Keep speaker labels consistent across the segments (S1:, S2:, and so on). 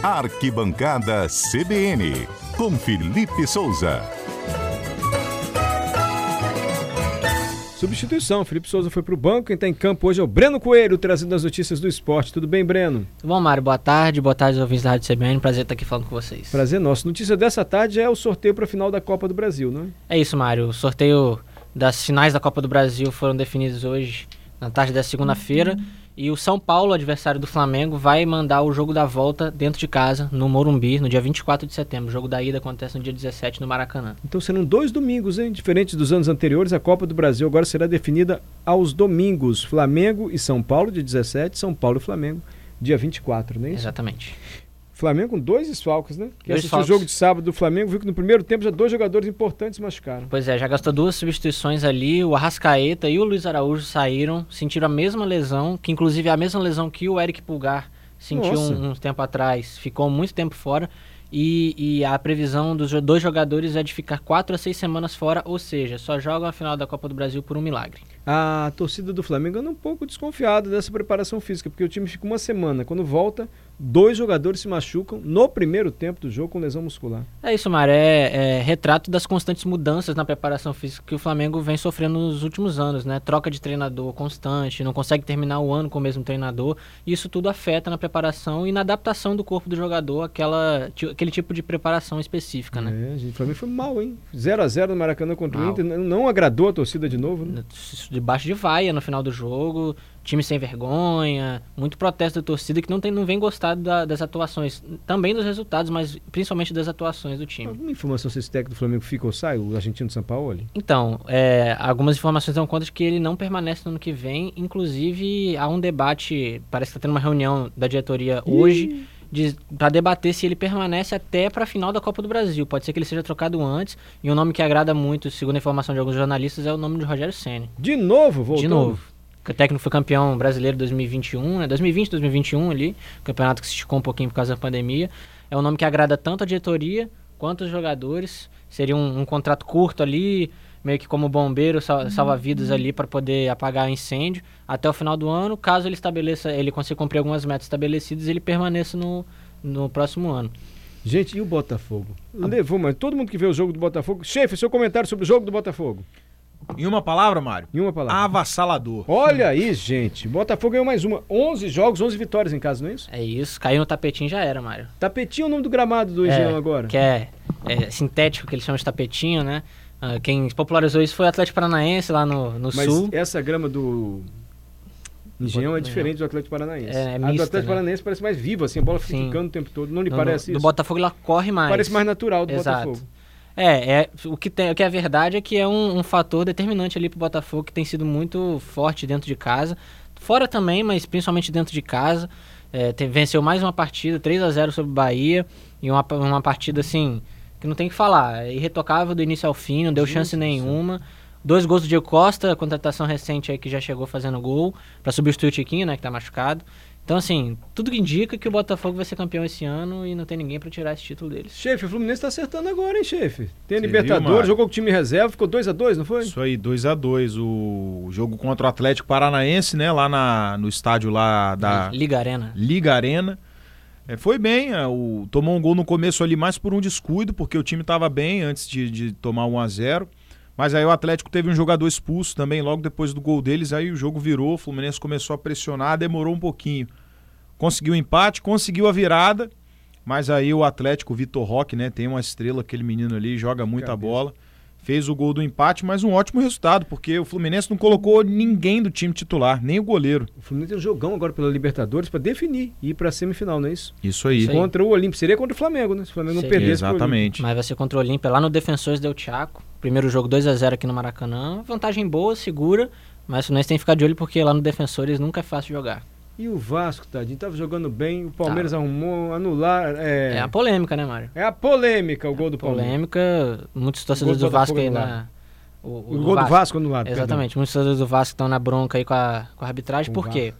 S1: Arquibancada CBN, com Felipe Souza.
S2: Substituição, Felipe Souza foi para o banco, quem está em campo hoje é o Breno Coelho, trazendo as notícias do esporte. Tudo bem, Breno?
S3: Tudo bom, Mário? Boa tarde, boa tarde aos ouvintes da Rádio CBN. Prazer estar aqui falando com vocês.
S2: Prazer nosso. Notícia dessa tarde é o sorteio para a final da Copa do Brasil, não é?
S3: É isso, Mário. O sorteio das finais da Copa do Brasil foram definidos hoje, na tarde da segunda-feira. E o São Paulo, adversário do Flamengo, vai mandar o jogo da volta dentro de casa, no Morumbi, no dia 24 de setembro. O jogo da ida acontece no dia 17, no Maracanã.
S2: Então serão dois domingos, hein? Diferente dos anos anteriores, a Copa do Brasil agora será definida aos domingos. Flamengo e São Paulo, dia 17, São Paulo e Flamengo, dia 24, não é isso?
S3: Exatamente.
S2: Flamengo com dois desfalques, né? Quem assistiu
S3: Dois
S2: o
S3: desfalques.
S2: jogo de sábado do Flamengo viu que no primeiro tempo já dois jogadores importantes machucaram.
S3: Pois é, já gastou duas substituições ali. O Arrascaeta e o Luiz Araújo saíram, sentiram a mesma lesão, que inclusive é a mesma lesão que o Eric Pulgar sentiu
S2: Nossa.
S3: um, um tempo atrás. Ficou muito tempo fora. E, e a previsão dos jo- dois jogadores é de ficar quatro a seis semanas fora, ou seja, só jogam a final da Copa do Brasil por um milagre.
S2: A torcida do Flamengo anda um pouco desconfiada dessa preparação física, porque o time fica uma semana. Quando volta, dois jogadores se machucam no primeiro tempo do jogo com lesão muscular.
S3: É isso, Mário. É, é retrato das constantes mudanças na preparação física que o Flamengo vem sofrendo nos últimos anos, né? Troca de treinador constante, não consegue terminar o ano com o mesmo treinador. e Isso tudo afeta na preparação e na adaptação do corpo do jogador àquela, ti- aquele tipo de preparação específica, né?
S2: É, gente, o Flamengo foi mal, hein? 0 a 0 no Maracanã contra o
S3: Mal.
S2: Inter. Não não agradou a torcida de novo, né?
S3: Isso Debaixo de vaia no final do jogo, time sem vergonha, muito protesto da torcida que não, tem, não vem gostado da- das atuações, também dos resultados, mas principalmente das atuações do time.
S2: Alguma informação se esse técnico do Flamengo fica ou sai, o argentino de São Paulo?
S3: Então, é, algumas informações dão conta de que ele não permanece no ano que vem. Inclusive, há um debate, parece que está tendo uma reunião da diretoria hoje, para debater se ele permanece até para a final da Copa do Brasil. Pode ser que ele seja trocado antes. E um nome que agrada muito, segundo a informação de alguns jornalistas, é o nome de Rogério Ceni.
S2: De novo, voltou.
S3: De novo. O técnico foi campeão brasileiro em 2021, né? 2020, 2021 ali. Campeonato que se esticou um pouquinho por causa da pandemia. É um nome que agrada tanto a diretoria quanto os jogadores. Seria um, um contrato curto ali, meio que como bombeiro, sal- salva-vidas ali para poder apagar incêndio até o final do ano. Caso ele estabeleça, ele consiga cumprir algumas metas estabelecidas, ele permaneça no, no próximo ano.
S2: Gente, e o Botafogo? Levou, mas todo mundo que vê o jogo do Botafogo. Chefe, seu comentário sobre o jogo do Botafogo.
S4: Em uma palavra, Mário?
S2: Em uma palavra.
S3: Ah,
S4: Avassalador.
S2: Olha aí, gente. Botafogo ganhou mais uma. 11 jogos, 11 vitórias em casa, não é isso?
S3: É isso. Caiu no tapetinho já era, Mário.
S2: Tapetinho é o nome do gramado do Engenhão agora.
S3: Que é, é sintético, que eles chamam de tapetinho, né? Ah, quem popularizou isso foi o Atlético Paranaense lá no, no
S2: Mas
S3: sul.
S2: essa grama do Engenhão é
S3: Engenhão.
S2: diferente do Atlético Paranaense.
S3: É, é
S2: a do
S3: mista,
S2: Atlético
S3: né?
S2: Paranaense parece mais viva, assim, a bola fica
S3: Sim.
S2: ficando o tempo todo. Não lhe
S3: No-
S2: parece
S3: no,
S2: isso?
S3: Do Botafogo ela corre mais.
S2: Parece mais natural do
S3: Exato.
S2: Botafogo.
S3: É, é o, que tem, o que é verdade é que é um, um fator determinante ali pro Botafogo que tem sido muito forte dentro de casa. Fora também, mas principalmente dentro de casa. É, te- venceu mais uma partida, 3 a 0 sobre o Bahia. E uma, pa- uma partida assim, que não tem o que falar. É irretocável do início ao fim, não deu chance nenhuma. Dois gols do Diego Costa, contratação recente aí que já chegou fazendo gol, para substituir o Tiquinho, né, que tá machucado. Então, assim, tudo que indica que o Botafogo vai ser campeão esse ano e não tem ninguém para tirar esse título deles.
S2: Chefe, o Fluminense tá acertando agora, hein, chefe? Tem a
S4: Você viu,
S2: Libertadores,
S4: Mário?
S2: jogou com o time reserva, ficou 2x2, não foi?
S4: Isso aí, 2 a 2 O jogo contra o Atlético Paranaense, né? Lá na, no estádio lá da
S3: Liga Arena.
S4: Liga Arena. É, foi bem, é, o, tomou um gol no começo ali mais por um descuido, porque o time estava bem antes de, de tomar 1 a 0 Mas aí o Atlético teve um jogador expulso também logo depois do gol deles, aí o jogo virou, o Fluminense começou a pressionar, demorou um pouquinho. Conseguiu o empate, conseguiu a virada, mas aí o Atlético, o Vitor Roque, né, tem uma estrela, aquele menino ali, joga muita
S2: Cabeça.
S4: bola. Fez o gol do empate, mas um ótimo resultado, porque o Fluminense não colocou ninguém do time titular, nem o goleiro.
S2: O Fluminense tem um jogão agora pela Libertadores pra definir e ir pra semifinal, não é isso?
S4: Isso aí.
S3: Isso aí.
S2: Contra o Olímpio. Seria contra o Flamengo, né? Se o Flamengo não
S3: Seria.
S2: perdesse. pro Olímpio.
S4: Exatamente.
S3: Mas vai ser contra o Olímpia lá no Defensores del Chaco. Primeiro jogo 2 a 0 aqui no Maracanã. Vantagem boa, segura. Mas o Fluminense tem que ficar de olho porque lá no Defensores nunca é fácil jogar.
S2: E o Vasco, tadinho, tava jogando bem, o Palmeiras arrumou, anular.
S3: É,
S2: É,
S3: a polêmica, né, Mário?
S2: é a polêmica o gol do Palmeiras.
S3: Polêmica. Muitos torcedores
S2: O gol
S3: do
S2: do
S3: Vasco aí
S2: Botafogo no
S3: na. O,
S2: O, gol do Vasco anulado. Ah, perdão.
S3: Exatamente. Muitos torcedores do Vasco estão na bronca aí com a, com a arbitragem.
S2: Com o
S3: por quê?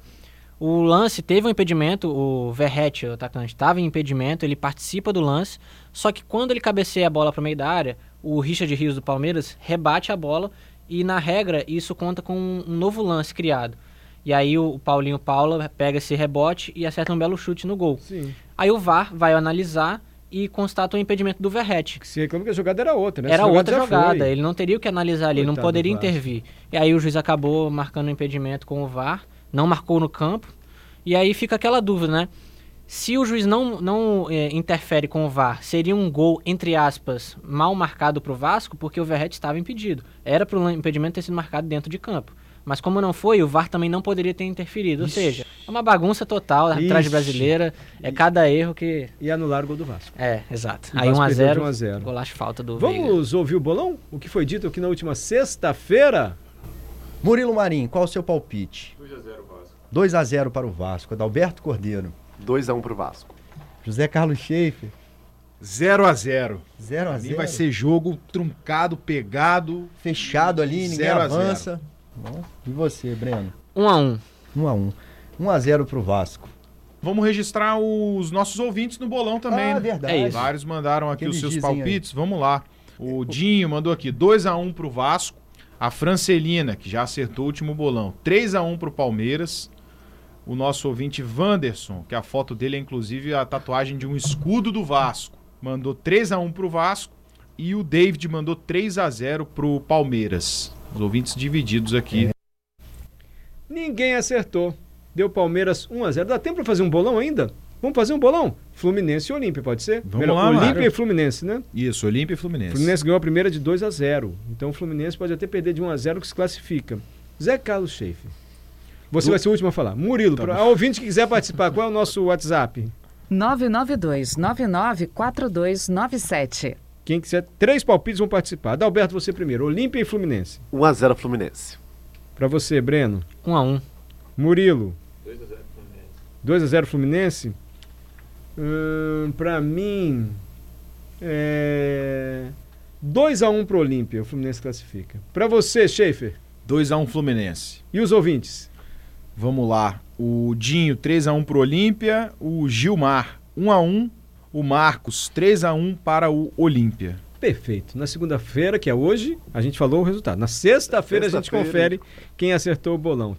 S3: O lance teve um impedimento, o Verrete, o atacante, estava em impedimento, ele participa do lance, só que quando ele cabeceia a bola para meio da área, o Richard Rios do Palmeiras rebate a bola e, na regra, isso conta com um novo um lance criado. E aí o o Paulinho Paula pega esse rebote e acerta um belo chute no gol.
S2: Sim.
S3: Aí o VAR vai analisar e constata o impedimento do Verrete.
S2: Se reclama que a jogada era outra, né?
S3: Era
S2: Essa
S3: outra
S2: já
S3: jogada,
S2: foi.
S3: ele não teria o que analisar ali, ele não
S2: Coitado do
S3: poderia
S2: VAR.
S3: intervir. E aí o juiz acabou marcando o impedimento com o VAR, não marcou no campo. E aí fica aquela dúvida, né? Se o juiz não, não eh, interfere com o VAR, seria um gol, entre aspas, mal marcado para o Vasco, porque o Verrete estava impedido. Era para o impedimento ter sido marcado dentro de campo. Mas como não foi, o VAR também não poderia ter interferido. Ou seja, é uma bagunça total, a
S2: Ixi.
S3: arbitragem brasileira, é cada erro que...
S2: E anular o gol do Vasco.
S3: É, exato.
S2: E
S3: Aí
S2: o Vasco perdeu
S3: 1x0,
S2: de 1 a 0.
S3: golaço de falta do Veiga.
S2: Vamos ouvir o bolão? O que foi dito aqui na última sexta-feira?
S5: Murilo Marim, qual o seu palpite? 2 a 0 Vasco. 2 a 0 para o Vasco, Adalberto Cordeiro.
S6: 2x1 pro Vasco.
S5: José Carlos Schaefer,
S4: 0 a 0
S5: 0 a
S4: Pra mim
S5: 0.
S4: vai ser jogo truncado, pegado.
S5: fechado ali, ninguém
S4: Zero a zero.
S5: avança. Bom, e você, Breno?
S3: 1 a 1
S5: 1 a 1. 1 a 0 para o Vasco.
S4: Vamos registrar os nossos ouvintes no bolão também.
S5: ah,
S4: né?
S5: verdade.
S3: É isso.
S4: Vários mandaram aqui
S5: Eles
S4: os seus
S5: dizem aí.
S4: palpites. Vamos lá. O Dinho mandou aqui 2 a 1 pro Vasco. A Francelina, que já acertou o último bolão, 3 a 1 pro Palmeiras. O nosso ouvinte Wanderson, que a foto dele é inclusive a tatuagem de um escudo do Vasco, mandou 3 a 1 pro Vasco e o David mandou 3 a 0 pro Palmeiras. Os ouvintes divididos aqui.
S2: Ninguém acertou. Deu Palmeiras 1 a 0. Dá tempo para fazer um bolão ainda? Vamos fazer um bolão? Fluminense e Olímpia, pode ser?
S4: Vamos lá,
S2: Olímpia
S4: Mário.
S2: e Fluminense, né?
S4: Isso, Olímpia e Fluminense.
S2: O Fluminense ganhou a primeira de 2 a 0. Então o Fluminense pode até perder de 1 a 0 que se classifica. Zé Carlos Schaefer. Você vai ser o último a falar. Murilo,
S4: Tá
S2: para a ouvinte que quiser participar, qual é o nosso WhatsApp?
S7: 992994297.
S2: Quem quiser, três palpites vão participar. Adalberto, você primeiro. Olímpia e Fluminense.
S6: 1x0 Fluminense.
S2: Para você, Breno.
S3: 1 a 1
S2: Murilo. 2 a 0 Fluminense. 2 Hum, pra mim, é... 2 a 1 pro Olímpia, o Fluminense classifica. Pra você, Schaefer,
S4: 2 a 1 Fluminense.
S2: e os ouvintes?
S4: Vamos lá. O Dinho 3 a 1 pro Olímpia, o Gilmar 1 a 1, o Marcos 3 a 1 para o Olímpia.
S2: Perfeito. Na segunda-feira, que é hoje, a gente falou o resultado. Na sexta-feira a gente
S6: Sexta-feira.
S2: confere quem acertou o bolão.